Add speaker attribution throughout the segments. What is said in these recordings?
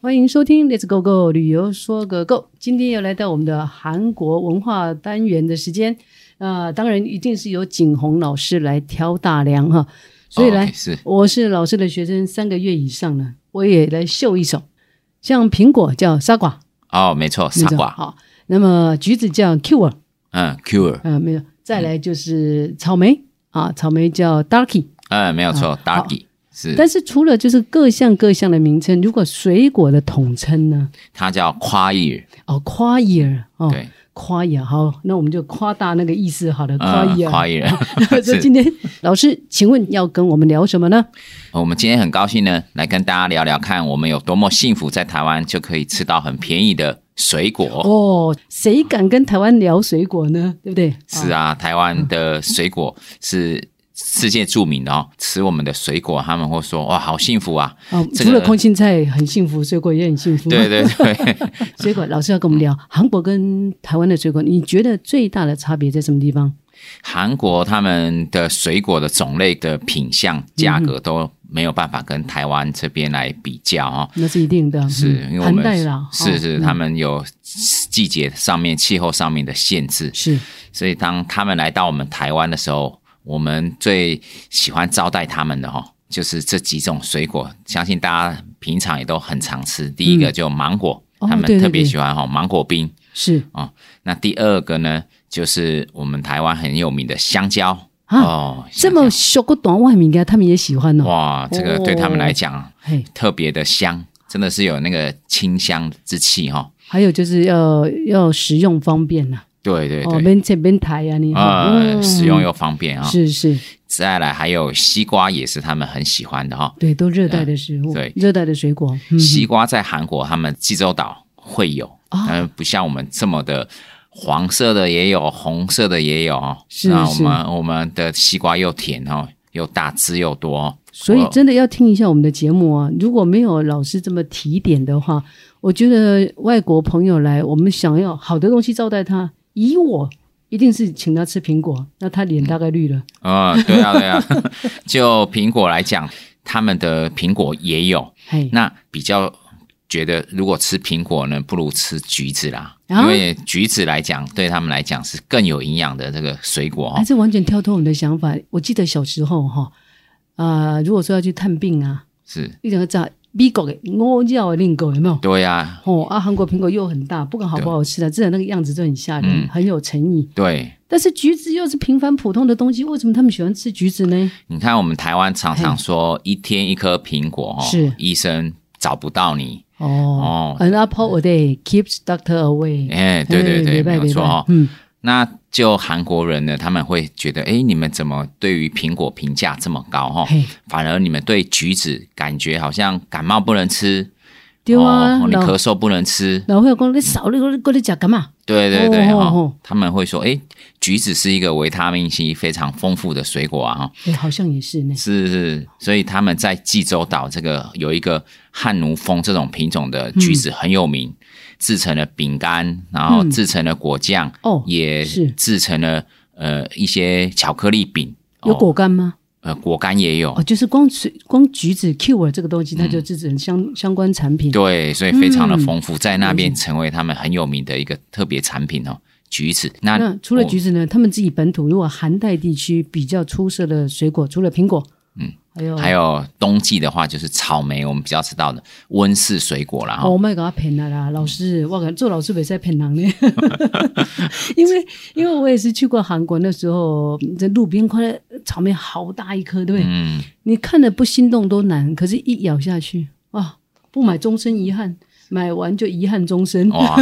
Speaker 1: 欢迎收听 Let's Go Go 旅游说个 Go，今天又来到我们的韩国文化单元的时间。呃，当然一定是由景洪老师来挑大梁哈，所以来、
Speaker 2: 哦，OK，是
Speaker 1: 我是老师的学生，三个月以上呢，我也来秀一手。像苹果叫沙瓜，
Speaker 2: 哦，没错，傻瓜，
Speaker 1: 好，那么橘子叫 cure，
Speaker 2: 嗯，cure，
Speaker 1: 嗯、呃，没有。再来就是草莓、啊，草莓叫 darky。
Speaker 2: 嗯，没有错，darky 是，
Speaker 1: 但是除了就是各项各项的名称，如果水果的统称呢？
Speaker 2: 它叫夸伊，
Speaker 1: 哦，夸叶儿哦，
Speaker 2: 对，
Speaker 1: 夸叶儿好，那我们就夸大那个意思，好的，夸
Speaker 2: 嗯
Speaker 1: 叶儿。。
Speaker 2: 夸伊人
Speaker 1: 所以今
Speaker 2: 是，
Speaker 1: 天老师，请问要跟我们聊什么呢？
Speaker 2: 我们今天很高兴呢，来跟大家聊聊看，我们有多么幸福，在台湾就可以吃到很便宜的水果。
Speaker 1: 哦，谁敢跟台湾聊水果呢？对不对？
Speaker 2: 是啊，台湾的水果是世界著名的哦，吃我们的水果，他们会说哇，好幸福啊！
Speaker 1: 哦，
Speaker 2: 这
Speaker 1: 除了
Speaker 2: 个
Speaker 1: 空心菜很幸福，水果也很幸福。
Speaker 2: 对对对，
Speaker 1: 水果老师要跟我们聊韩国跟台湾的水果，你觉得最大的差别在什么地方？
Speaker 2: 韩国他们的水果的种类的品相、价格都没有办法跟台湾这边来比较哦。
Speaker 1: 那是一定的，
Speaker 2: 是
Speaker 1: 嗯
Speaker 2: 因为我
Speaker 1: 寒带
Speaker 2: 们
Speaker 1: 啦，
Speaker 2: 是
Speaker 1: 哦
Speaker 2: 是
Speaker 1: 嗯
Speaker 2: 他们有季节上面、气候上面的限制，
Speaker 1: 是
Speaker 2: 所以当他们来到我们台湾的时候，我们最喜欢招待他们的哦，就是这几种水果，相信大家平常也都很常吃。第一个就芒果，
Speaker 1: 哦
Speaker 2: 他们
Speaker 1: 对对
Speaker 2: 特别
Speaker 1: 对
Speaker 2: 喜欢哈、哦、芒果冰。
Speaker 1: 是
Speaker 2: 那第二个呢，就是我们台湾很有名的香蕉
Speaker 1: 啊
Speaker 2: 哦，
Speaker 1: 这
Speaker 2: 香蕉
Speaker 1: 么小个短外面，他们也喜欢哦。
Speaker 2: 哇，这个对他们来讲、
Speaker 1: 嘿，
Speaker 2: 特别的香，真的是有那个清香之气哈、哦。
Speaker 1: 还有就是要要食用方便呐，
Speaker 2: 对对对，
Speaker 1: 哦，边切边抬啊，你
Speaker 2: 呃，
Speaker 1: 嗯
Speaker 2: 使用又方便啊、
Speaker 1: 是是，
Speaker 2: 再来还有西瓜，也是他们很喜欢的哈、
Speaker 1: 对，都热带的食物，
Speaker 2: 嗯对
Speaker 1: 热带的水果，嗯
Speaker 2: 西瓜在韩国他们济州岛会有，
Speaker 1: 啊
Speaker 2: 嗯、不像我们这么的。黄色的也有，红色的也有哦。
Speaker 1: 是
Speaker 2: 那我
Speaker 1: 是
Speaker 2: 们我们的西瓜又甜哦，又大汁又多哦、
Speaker 1: 所以
Speaker 2: 我
Speaker 1: 真的要听一下我们的节目啊！如果没有老师这么提点的话，我觉得外国朋友来，我们想要好的东西招待他，以我一定是请他吃苹果，那他脸大概绿了。
Speaker 2: 嗯，对啊，对啊。 就苹果来讲，他们的苹果也有。
Speaker 1: 嘿，
Speaker 2: 那比较觉得，如果吃苹果呢，不如吃橘子啦，
Speaker 1: 啊
Speaker 2: 因为橘子来讲，对他们来讲是更有营养的这个水果
Speaker 1: 还
Speaker 2: 哦。
Speaker 1: 是完全跳脱我们的想法。我记得小时候哈，啊、如果说要去探病啊，
Speaker 2: 是，
Speaker 1: 你想要炸美国的我叫的另狗有没有？
Speaker 2: 对呀、
Speaker 1: 哦啊，韩国苹果又很大，不管好不好吃啊，真的那个样子都很吓人，
Speaker 2: 嗯
Speaker 1: 很有诚意。
Speaker 2: 对。
Speaker 1: 但是橘子又是平凡普通的东西，为什么他们喜欢吃橘子呢？
Speaker 2: 你看，我们台湾常常说一天一颗苹果哦，
Speaker 1: 是
Speaker 2: 医生找不到你
Speaker 1: 哦
Speaker 2: 哦
Speaker 1: ，An apple a day keeps doctor away。
Speaker 2: 哎，对对对，
Speaker 1: 哎
Speaker 2: 没有错哦。
Speaker 1: 嗯，
Speaker 2: 那就韩国人呢，他们会觉得，哎，你们怎么对于苹果评价这么高哦？
Speaker 1: 嘿，
Speaker 2: 反而你们对橘子感觉好像感冒不能吃，
Speaker 1: 对啊
Speaker 2: 哦，，你
Speaker 1: 老
Speaker 2: 咳嗽不能吃，
Speaker 1: 老会讲你少你个你吃干嘛？
Speaker 2: 对对对
Speaker 1: 哦
Speaker 2: 哈、
Speaker 1: 哦
Speaker 2: 他们会说，哎，橘子是一个维他命 C 非常丰富的水果啊，哈，
Speaker 1: 哎，好像也是呢。
Speaker 2: 是是，所以他们在济州岛这个有一个汉奴峰这种品种的橘子很有名，制成了饼干，然后
Speaker 1: 嗯
Speaker 2: 制成了果酱，
Speaker 1: 哦
Speaker 2: 也
Speaker 1: 是
Speaker 2: 制成了呃一些巧克力饼，
Speaker 1: 有
Speaker 2: 哦
Speaker 1: 果干吗？
Speaker 2: 呃果干也有，
Speaker 1: 哦，就是光水光橘子 Q 这个东西，它就制成相、相关产品。
Speaker 2: 对，所以非常的
Speaker 1: 嗯
Speaker 2: 丰富，在那
Speaker 1: 了
Speaker 2: 边成为他们很有名的一个特别产品哦，橘子。那
Speaker 1: 那除了
Speaker 2: 我
Speaker 1: 橘子呢？他们自己本土如果寒带地区比较出色的水果，除了苹果，
Speaker 2: 嗯，
Speaker 1: 还有
Speaker 2: 还有冬季的话，就是草莓，我们比较知道的温室水果啦。
Speaker 1: 哦，
Speaker 2: 哈。
Speaker 1: 我卖给他骗了啦，老师，我感做老师没在骗人呢， 因为因为我也是去过韩国，那时候嗯在路边看到草莓好大一颗，对不对？
Speaker 2: 嗯，
Speaker 1: 你看了不心动都难，可是一咬下去，哇，不买终身遗憾，买完就遗憾终身，
Speaker 2: 哇，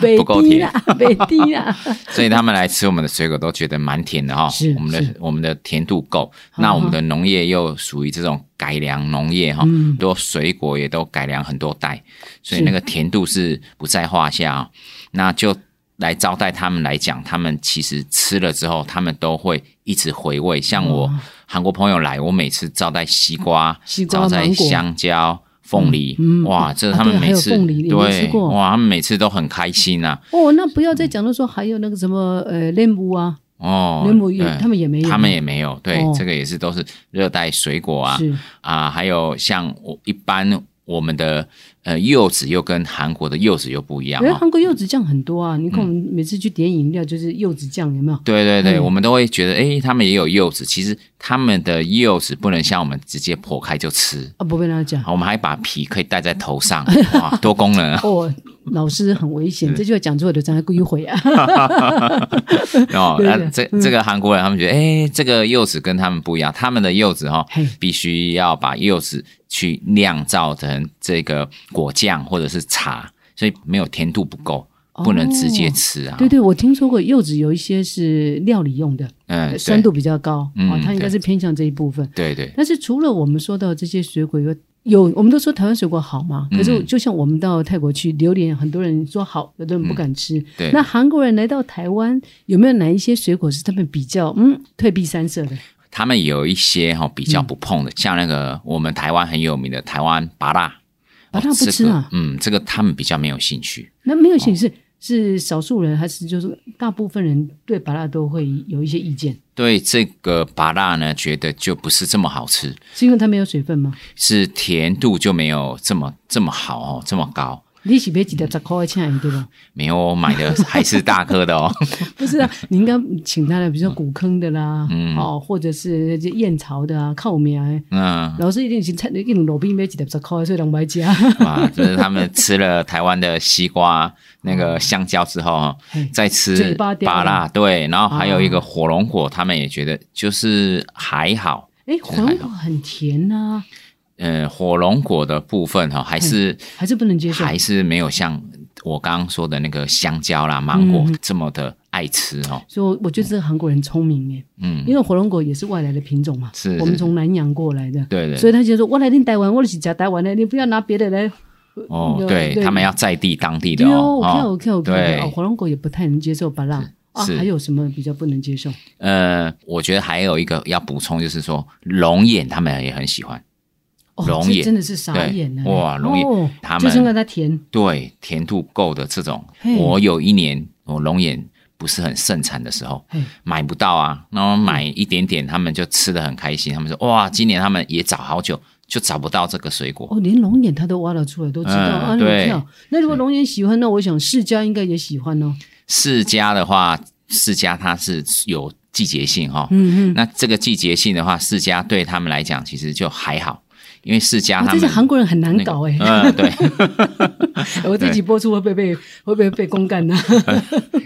Speaker 1: 北
Speaker 2: 哦不够
Speaker 1: 低
Speaker 2: 甜
Speaker 1: 啦，北低啦，
Speaker 2: 所以他们来吃我们的水果都觉得蛮甜的哈、
Speaker 1: 是
Speaker 2: 我们的
Speaker 1: 是啊
Speaker 2: 我们的甜度够，
Speaker 1: 好
Speaker 2: 那
Speaker 1: 好
Speaker 2: 我们的农业又属于这种改良农业哈、
Speaker 1: 嗯
Speaker 2: 很多水果也都改良很多代，所以
Speaker 1: 是
Speaker 2: 那个甜度是不在话下、哦。那就来招待他们来讲，他们其实吃了之后，他们都会一直回味。像我韩国朋友来，我每次招待西瓜，
Speaker 1: 西瓜
Speaker 2: 招待
Speaker 1: 芒果
Speaker 2: 香蕉、凤梨，
Speaker 1: 嗯嗯
Speaker 2: 哇，这
Speaker 1: 啊
Speaker 2: 他们
Speaker 1: 对还
Speaker 2: 每
Speaker 1: 有
Speaker 2: 次、
Speaker 1: 凤梨你没吃
Speaker 2: 对
Speaker 1: 过
Speaker 2: 哇，他们每次都很开心啊。
Speaker 1: 哦，那不要再讲了，说还有那个什么呃，莲雾啊，
Speaker 2: 哦，
Speaker 1: 莲雾也
Speaker 2: 对
Speaker 1: 他们也没有，
Speaker 2: 他们也没有，对，
Speaker 1: 哦
Speaker 2: 这个也是都是热带水果啊
Speaker 1: 是
Speaker 2: 啊，还有像我一般我们的呃柚子又跟韩国的柚子又不一样
Speaker 1: 因为
Speaker 2: 哦。嗯
Speaker 1: 韩国柚子酱很多啊，你看我们每次去点饮料就是柚子酱，有没有？
Speaker 2: 对对
Speaker 1: 嗯
Speaker 2: 对，我们都会觉得，诶，他们也有柚子。其实他们的柚子不能像我们直接剖开就吃，
Speaker 1: 啊，不被他讲
Speaker 2: 好我们还把皮可以戴在头上，哇，多功 能啊
Speaker 1: 哦，老师很危 险，这句话讲出来就真的故意毁啊。
Speaker 2: 哦！
Speaker 1: 对
Speaker 2: 那
Speaker 1: 对
Speaker 2: 这这个韩国人他们觉得，诶，这个柚子跟他们不一样，他们的柚子哈、哦
Speaker 1: 嘿，
Speaker 2: 必须要把柚子去酿造成这个果酱或者是茶，所以没有甜度不够，不能直接
Speaker 1: 哦
Speaker 2: 吃啊。
Speaker 1: 对对，我听说过柚子有一些是料理用的，
Speaker 2: 嗯，
Speaker 1: 酸
Speaker 2: 对
Speaker 1: 度比较高，
Speaker 2: 嗯
Speaker 1: 哦，它应该
Speaker 2: 对
Speaker 1: 是偏向这一部分。
Speaker 2: 对对，
Speaker 1: 但是除了我们说到这些水果有有，我们都说台湾水果好嘛，可是
Speaker 2: 嗯
Speaker 1: 就像我们到泰国去，榴莲很多人说好，有的人不敢吃。
Speaker 2: 嗯对
Speaker 1: 那韩国人来到台湾，有没有哪一些水果是他们比较嗯退避三舍
Speaker 2: 哦
Speaker 1: 的？
Speaker 2: 他们有一些哈、比较不碰的，像那个我们台湾很有名的台湾芭辣，
Speaker 1: 芭乐
Speaker 2: 哦
Speaker 1: 不吃啊
Speaker 2: 这个嗯，这个他们比较没有兴趣。
Speaker 1: 那没有显示、是少数人，还是就是大部分人对芭乐都会有一些意见？
Speaker 2: 对这个芭辣呢，觉得就不是这么好吃，
Speaker 1: 是因为它没有水分吗？
Speaker 2: 是甜度就没有这么这么好哦，这么高。
Speaker 1: 你喜别几条十块钱对吧？
Speaker 2: 没有我买的还是大颗的哦，
Speaker 1: 不是啊，你应该请他的，比如说古坑的啦，
Speaker 2: 嗯
Speaker 1: 哦，或者是这燕巢的啊，靠面啊。
Speaker 2: 嗯，
Speaker 1: 老师一定是菜，一定路边买一粒十块，所以人买吃。
Speaker 2: 哇，就是他们吃了台湾的西瓜、那个香蕉之后哦
Speaker 1: 嘿，
Speaker 2: 再
Speaker 1: 嘴
Speaker 2: 吃
Speaker 1: 巴掉了
Speaker 2: 芭辣，对，然后还有一
Speaker 1: 啊
Speaker 2: 个火龙果，他们也觉得就是还好，
Speaker 1: 哎，火龙果很甜啊呐、
Speaker 2: 呃，火龙果的部分哈、还是、
Speaker 1: 还是不能接受。
Speaker 2: 还是没有像我刚刚说的那个香蕉啦、芒果这么的爱吃哦。
Speaker 1: 所以我觉得这个韩国人聪明耶，
Speaker 2: 嗯，
Speaker 1: 因为火龙果也是外来的品种嘛，
Speaker 2: 是
Speaker 1: 我们从南洋过来的，
Speaker 2: 对
Speaker 1: 所
Speaker 2: 对，
Speaker 1: 以他就说：“我来定台湾，我就是吃台湾的，你不要拿别的来。
Speaker 2: 哦，
Speaker 1: 对
Speaker 2: 对
Speaker 1: 对
Speaker 2: 他们要在地当地的
Speaker 1: 对哦
Speaker 2: 哦。
Speaker 1: ，OK
Speaker 2: 哦
Speaker 1: OK OK，
Speaker 2: 对
Speaker 1: 哦，火龙果也不太能接受吧啦。啊，
Speaker 2: 是
Speaker 1: 还有什么比较不能接受？
Speaker 2: 呃，我觉得还有一个要补充，就是说龙眼他们也很喜欢，
Speaker 1: 哦，
Speaker 2: 龙
Speaker 1: 这
Speaker 2: 眼
Speaker 1: 真的是傻
Speaker 2: 对
Speaker 1: 眼了。
Speaker 2: 哇龙眼
Speaker 1: 哦
Speaker 2: 他
Speaker 1: 就
Speaker 2: 们
Speaker 1: 是因为它甜，
Speaker 2: 对甜度够的这种
Speaker 1: 嘿。
Speaker 2: 我有一年我龙眼不是很盛产的时候，
Speaker 1: 嘿，
Speaker 2: 买不到啊，然
Speaker 1: 嗯
Speaker 2: 后买一点点，他们就吃的很开心。他们说哇，今年他们也找好久就找不到这个水果。
Speaker 1: 哦，连龙眼他都挖了出来，都知道、
Speaker 2: 嗯
Speaker 1: 啊，那
Speaker 2: 对
Speaker 1: 跳。那如果龙眼喜欢，那我想世家应该也喜欢哦。
Speaker 2: 释迦的话，释迦它是有季节性哈、哦。
Speaker 1: 嗯嗯，
Speaker 2: 那这个季节性的话，释迦对他们来讲其实就还好，因为释迦
Speaker 1: 啊，
Speaker 2: 他
Speaker 1: 这
Speaker 2: 们、
Speaker 1: 是韩国人很难
Speaker 2: 那个
Speaker 1: 搞哎、
Speaker 2: 嗯，对，
Speaker 1: 我这集播出会不会被会不会被公干呢、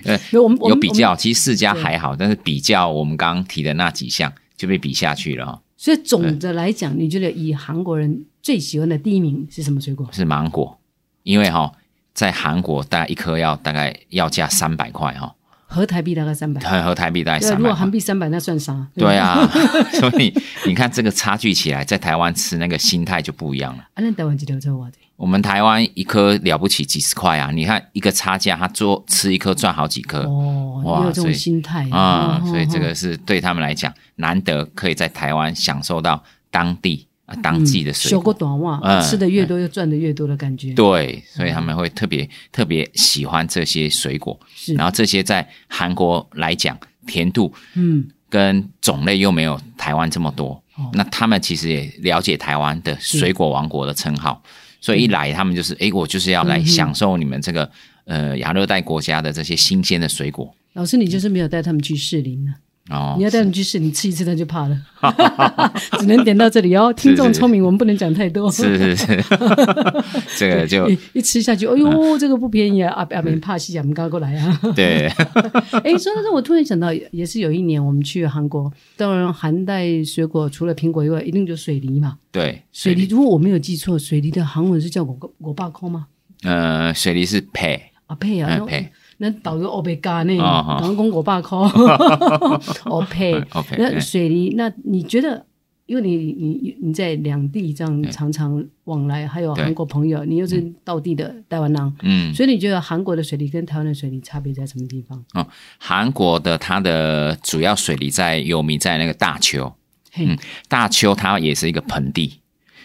Speaker 2: 对
Speaker 1: 没有我们我
Speaker 2: 有
Speaker 1: 们
Speaker 2: 比，
Speaker 1: 我们
Speaker 2: 较，其实释迦还好，但是比较我们刚刚提的那几项就被比下去了、哦，
Speaker 1: 所以总的来讲，你觉得以韩国人最喜欢的第一名是什么水果？
Speaker 2: 是芒果，因为哈、哦。在韩国，大概一颗要大概要价三百块哈、
Speaker 1: 合台币大概三百，
Speaker 2: 哦，和台币大概
Speaker 1: 对，
Speaker 2: 三
Speaker 1: 如
Speaker 2: 百
Speaker 1: 果韩
Speaker 2: 块。
Speaker 1: 币三百，那算啥？吧
Speaker 2: 对啊， 所以你看这个差距起来，在台湾吃那个心态就不一样了。
Speaker 1: 啊，那台湾几条车哇的？
Speaker 2: 我们台湾一颗了不起几十块啊！你看一个差价，他做吃一颗赚好几颗
Speaker 1: 哦，
Speaker 2: 哇
Speaker 1: 你有这
Speaker 2: 所
Speaker 1: 种
Speaker 2: 以
Speaker 1: 心态
Speaker 2: 啊、所以这
Speaker 1: 哦
Speaker 2: 个是对他们来讲难得可以在台湾享受到当地啊当季的水
Speaker 1: 小嗯
Speaker 2: 果
Speaker 1: 过，短袜，
Speaker 2: 嗯
Speaker 1: 吃的越多又赚的越多的感觉。
Speaker 2: 对，
Speaker 1: 嗯
Speaker 2: 所以他们会特别特别喜欢这些水果。
Speaker 1: 是
Speaker 2: 然后这些在韩国来讲，甜度
Speaker 1: 嗯，
Speaker 2: 跟种类又没有台湾这么多，
Speaker 1: 哦
Speaker 2: 那他们其实也了解台湾的水果王国的称号，所以一来他们就是，诶，我就是要来享受你们
Speaker 1: 嗯
Speaker 2: 这个呃亚热带国家的这些新鲜的水果
Speaker 1: 老师，你就是没有带他们去士林啊。
Speaker 2: 哦
Speaker 1: 你。要带他们去试，你吃一次他就怕了， 只能点到这里哦。
Speaker 2: 是
Speaker 1: 听众聪明，我们不能讲太多。
Speaker 2: 是是 是，这个就
Speaker 1: 一一吃下去，哎
Speaker 2: 嗯
Speaker 1: 呦，这个不便宜啊！阿阿明怕西亚，我们刚过来啊。
Speaker 2: 对，
Speaker 1: 哎，说到这，我突然想到，也是有一年我们去韩国，当然韩代水果除了苹果以外，一定就水梨嘛。
Speaker 2: 对，
Speaker 1: 水梨，如果我没有记错，水梨的韩文是叫果果巴空吗？
Speaker 2: 呃，水梨是配，
Speaker 1: 啊配啊，
Speaker 2: 嗯
Speaker 1: 那
Speaker 2: 配
Speaker 1: 那导游欧贝加呢，
Speaker 2: 哦哦
Speaker 1: 然后公果巴 空，欧哦配
Speaker 2: 嗯。，OK，
Speaker 1: 那
Speaker 2: 嗯
Speaker 1: 水梨，那你觉得，因为你你你在两地这样常常往来，还有
Speaker 2: 哎对
Speaker 1: 韩国朋友，你又是道地的台湾人，
Speaker 2: 嗯，
Speaker 1: 所以你觉得韩国的水梨跟台湾的水梨差别在什么地方？
Speaker 2: 哦，韩国的它的主要水梨在有名在那个大邱，
Speaker 1: 嘿，
Speaker 2: 大邱它也是一个盆地，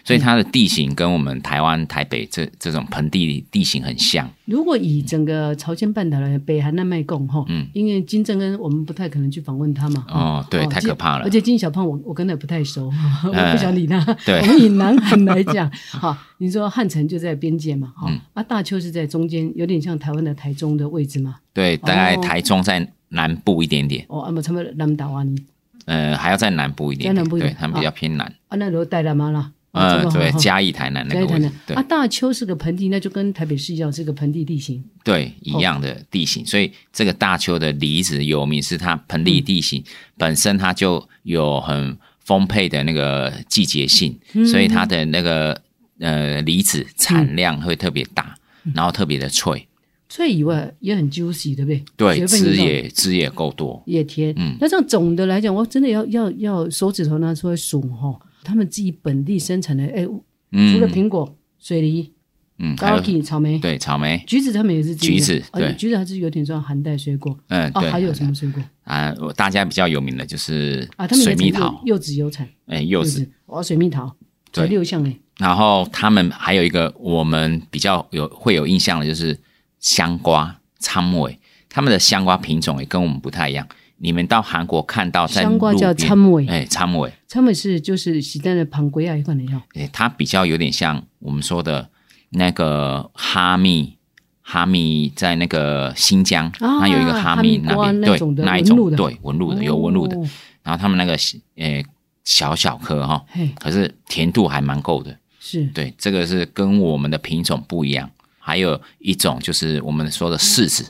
Speaker 2: 所以它的地形跟我们台湾台北这这种盆地地形很像。
Speaker 1: 如果以整个朝鲜半岛来北韩那脉共哈，
Speaker 2: 嗯
Speaker 1: 因为金正恩我们不太可能去访问他嘛，
Speaker 2: 哦，对，
Speaker 1: 哦
Speaker 2: 太可怕了
Speaker 1: 而。且金小胖我，我跟他也不太熟， 我
Speaker 2: 哎
Speaker 1: 不想理他。
Speaker 2: 对
Speaker 1: 我们以南韩来讲， 哈，你说汉城就在边界嘛，哈、
Speaker 2: 嗯
Speaker 1: 啊，大邱是在中间，有点像台湾的台中的位置嘛，
Speaker 2: 对，大概
Speaker 1: 哦
Speaker 2: 台中在南部一点点，
Speaker 1: 哦，啊，不，差不多南岛啊，你
Speaker 2: 呃，还要再南部一点
Speaker 1: 再
Speaker 2: 点，
Speaker 1: 南部一点哦
Speaker 2: 对，他们比较偏南。
Speaker 1: 啊，那都带了嘛啦，
Speaker 2: 呃，对，
Speaker 1: 加
Speaker 2: 嘉义、台南那
Speaker 1: 加一
Speaker 2: 个位
Speaker 1: 谈的
Speaker 2: 置，对
Speaker 1: 啊，大邱是个盆地，那就跟台北市一样是个盆地地形，
Speaker 2: 对，一样的地形。所以这个大邱的离子有名，是它盆地地形
Speaker 1: 嗯
Speaker 2: 本身它就有很丰沛的那个季节性，
Speaker 1: 嗯
Speaker 2: 所以它的那个呃离子产量会特别大，
Speaker 1: 嗯
Speaker 2: 然后特别的脆，
Speaker 1: 脆以外也很 juicy，对不对？
Speaker 2: 对，
Speaker 1: 水分
Speaker 2: 汁
Speaker 1: 也
Speaker 2: 也汁也够多。
Speaker 1: 也甜。
Speaker 2: 嗯
Speaker 1: 那这样总的来讲，我真的要要要手指头拿出来数哈、他们自己本地生产的，哎，除了
Speaker 2: 嗯
Speaker 1: 苹果、水梨、
Speaker 2: 嗯，还
Speaker 1: 高
Speaker 2: 有
Speaker 1: 丽、草莓，
Speaker 2: 对草莓，
Speaker 1: 橘子他们也是自己的
Speaker 2: 橘子
Speaker 1: 而且
Speaker 2: 对
Speaker 1: 橘子还是有点算寒带水果。
Speaker 2: 嗯，
Speaker 1: 哦，
Speaker 2: 对，
Speaker 1: 还有什么水果
Speaker 2: 啊？我大家比较有名的就是
Speaker 1: 啊？他们
Speaker 2: 水
Speaker 1: 也
Speaker 2: 蜜
Speaker 1: 产
Speaker 2: 桃，
Speaker 1: 柚柚子有产，
Speaker 2: 哎，柚子，，
Speaker 1: 哦，水蜜桃，才
Speaker 2: 对
Speaker 1: 六项哎，
Speaker 2: 然后他们还有一个我们比较有会有印象的就是香瓜参尾，他们的香瓜品种也跟我们不太一样。你们到韩国看到在
Speaker 1: 香瓜
Speaker 2: 路
Speaker 1: 叫
Speaker 2: 边
Speaker 1: 参尾
Speaker 2: 哎，参尾，
Speaker 1: 他们是就是西单的旁龟啊一款的药，
Speaker 2: 哎，它比较有点像我们说的那个哈密，哈密在那个新疆，
Speaker 1: 啊
Speaker 2: 它有一个哈密
Speaker 1: 哈密
Speaker 2: 那
Speaker 1: 瓜
Speaker 2: 边，
Speaker 1: 那
Speaker 2: 对
Speaker 1: 种的，
Speaker 2: 那一
Speaker 1: 纹路
Speaker 2: 种
Speaker 1: 的
Speaker 2: 对纹路的有纹路的，
Speaker 1: 哦
Speaker 2: 然后他们那个呃小小颗哈，
Speaker 1: 嘿，
Speaker 2: 可是甜度还蛮够的。
Speaker 1: 是
Speaker 2: 对，这个是跟我们的品种不一样。还有一种就是我们说的柿子，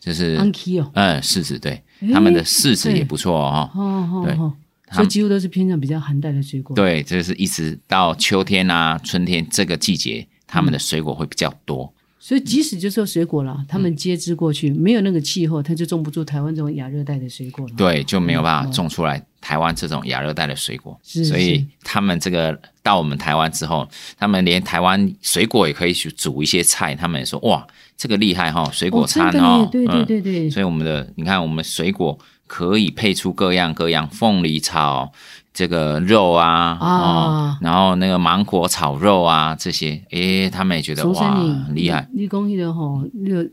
Speaker 2: 就是
Speaker 1: 安 k 哦，
Speaker 2: 嗯，柿子对，
Speaker 1: 诶
Speaker 2: 他们的柿子
Speaker 1: 对
Speaker 2: 也不错哦。
Speaker 1: 哦哦
Speaker 2: 对
Speaker 1: 哦，
Speaker 2: 他
Speaker 1: 所以
Speaker 2: 们
Speaker 1: 几乎都是偏向比较寒带的水果。
Speaker 2: 对，这是一直到秋天啊、春天这个季节，他们的水果会比较多。
Speaker 1: 所以即使就说水果
Speaker 2: 嗯
Speaker 1: 啦，他们接枝过去，没有那个气候，它就种不出台湾这种亚热带的水果了。
Speaker 2: 对，就没有办法种出来台湾这种亚热带的水果，
Speaker 1: 是
Speaker 2: 所
Speaker 1: 是
Speaker 2: 以他们这个到我们台湾之后，他们连台湾水果也可以去煮一些菜，他们也说哇，这个厉害哈、水果
Speaker 1: 哦，真
Speaker 2: 餐
Speaker 1: 的
Speaker 2: 哦
Speaker 1: 耶，对对
Speaker 2: 嗯
Speaker 1: 对对，
Speaker 2: 所以我们的你看，我们水果可以配出各样各样，凤梨炒这个肉啊，
Speaker 1: 啊
Speaker 2: 哦，然后那个芒果炒肉啊，这些，诶，他们也觉得
Speaker 1: 从
Speaker 2: 哇
Speaker 1: 山里
Speaker 2: 很厉害，
Speaker 1: 你讲迄个吼，那个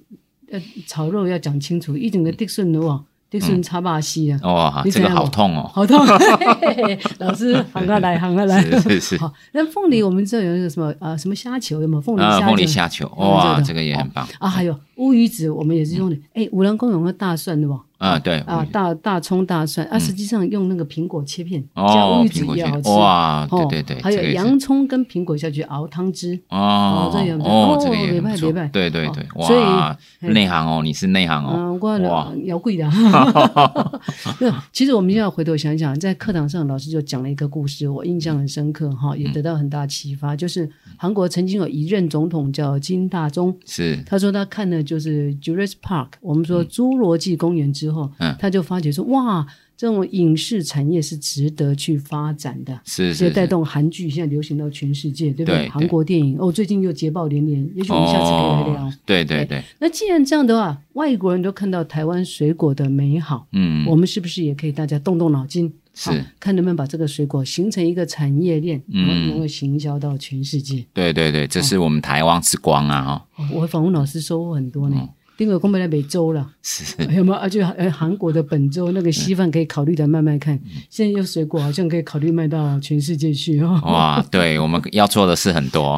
Speaker 1: 呃炒肉要讲清楚，一整个德顺的哇，德
Speaker 2: 嗯
Speaker 1: 顺叉把西啊，
Speaker 2: 哇，
Speaker 1: 你
Speaker 2: 这
Speaker 1: 知道
Speaker 2: 个
Speaker 1: 吗
Speaker 2: 好痛哦，
Speaker 1: 好 痛！老师行啊 来，行啊来。
Speaker 2: 是是是，
Speaker 1: 好，那凤梨我们知道有那个什么呃什么虾球，有没有凤梨
Speaker 2: 啊，
Speaker 1: 虾？
Speaker 2: 凤梨。虾球，
Speaker 1: 嗯
Speaker 2: 哇，
Speaker 1: 对的
Speaker 2: 这个也很棒，
Speaker 1: 啊，还有乌鱼子，我们也是用的。哎，五粮公有个大蒜的吧？
Speaker 2: 嗯，对，
Speaker 1: 啊，大大葱、大蒜啊，实际上用那个苹果切片，加
Speaker 2: 哦
Speaker 1: 乌，鱼
Speaker 2: 苹
Speaker 1: 子
Speaker 2: 果
Speaker 1: 也好
Speaker 2: 切，
Speaker 1: 吃。
Speaker 2: 哇，
Speaker 1: 哦
Speaker 2: 对对对，
Speaker 1: 还
Speaker 2: 这个
Speaker 1: 有
Speaker 2: 也是
Speaker 1: 洋葱跟苹果下去熬汤汁，
Speaker 2: 哦
Speaker 1: 哦，这也很
Speaker 2: 哦
Speaker 1: 哦，
Speaker 2: 这个也
Speaker 1: 没
Speaker 2: 很
Speaker 1: 办
Speaker 2: 不错
Speaker 1: 没办，
Speaker 2: 对对
Speaker 1: 哦
Speaker 2: 对，
Speaker 1: 所以
Speaker 2: 哇，
Speaker 1: 嘿
Speaker 2: 内行哦，你是内行哦，
Speaker 1: 嗯，我
Speaker 2: 哇
Speaker 1: 摇贵 的。那其实我们现在回头想想，在课堂上老师就讲了一个故事，我印象很深刻哈，
Speaker 2: 嗯
Speaker 1: 也得到很大启发。就是韩国曾经有一任总统叫金大中，
Speaker 2: 是，
Speaker 1: 他说他看了就是 Jurassic Park，我们说侏罗纪公园之后，
Speaker 2: 嗯
Speaker 1: 他就发觉说哇，这种影视产业是值得去发展的。
Speaker 2: 是
Speaker 1: 所以
Speaker 2: 是
Speaker 1: 带
Speaker 2: 是，
Speaker 1: 动韩剧现在流行到全世界，对不
Speaker 2: 对对
Speaker 1: 韩国电影哦，最近又捷报连连，也许我们下次可以来聊。
Speaker 2: 哦，对对
Speaker 1: 对
Speaker 2: 对，
Speaker 1: 那既然这样的话，外国人都看到台湾水果的美好，
Speaker 2: 嗯，
Speaker 1: 我们是不是也可以大家动动脑筋，
Speaker 2: 是
Speaker 1: 啊看能不能把这个水果形成一个产业链，
Speaker 2: 嗯
Speaker 1: 然后能够行销到全世界？
Speaker 2: 对对对，
Speaker 1: 嗯
Speaker 2: 这是我们台湾之光啊！哈，
Speaker 1: 哦我访问老师收获很多呢。
Speaker 2: 哦
Speaker 1: 第二个公本来北州了，
Speaker 2: 是
Speaker 1: 有没有？而且呃，韩国的本州那个稀饭可以考虑的慢慢看。
Speaker 2: 嗯
Speaker 1: 现在有水果好像可以考虑卖到全世界去 哦。
Speaker 2: 哇，对我们要做的事很 多。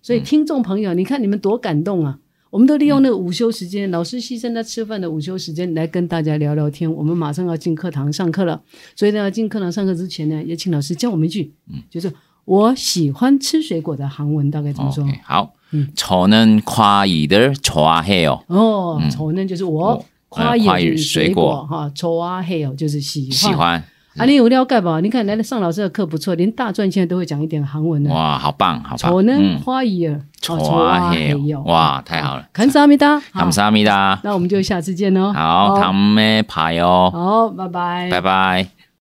Speaker 1: 所以
Speaker 2: 嗯
Speaker 1: 听众朋友，你看你们多感动啊！我们都利用那个午休时
Speaker 2: 嗯
Speaker 1: 间，老师牺牲他吃饭的午休时间来跟大家聊聊天。我们马上要进课堂上课了，所以呢，进课堂上课之前呢，也请老师教我们一句，
Speaker 2: 嗯
Speaker 1: 就是我喜欢吃水果的韩文大概怎么说？
Speaker 2: 哦 OK，好
Speaker 1: 嗯，
Speaker 2: 저는과일을좋아해요，
Speaker 1: 哦，丑呢就是我
Speaker 2: 我，
Speaker 1: 夸
Speaker 2: 嗯呃夸
Speaker 1: 也
Speaker 2: 也
Speaker 1: 是
Speaker 2: 是
Speaker 1: 水
Speaker 2: 水
Speaker 1: 果
Speaker 2: 果
Speaker 1: 哈，丑啊嘿哦就是喜
Speaker 2: 喜欢嗯
Speaker 1: 啊，你有了解吧？你看来了上老师的课不错，连大专现在都会讲一点韩文了。
Speaker 2: 哇，好棒，好棒
Speaker 1: 嗯丑，呢
Speaker 2: 嗯，，
Speaker 1: 花也哦，丑啊哦
Speaker 2: 좋아해요，哇，哦太好了，
Speaker 1: 감사합니다，
Speaker 2: 감사합니다，
Speaker 1: 那我们就下次见喽。哦
Speaker 2: 好，다음에봐요，
Speaker 1: 好，拜拜，
Speaker 2: 哦拜拜。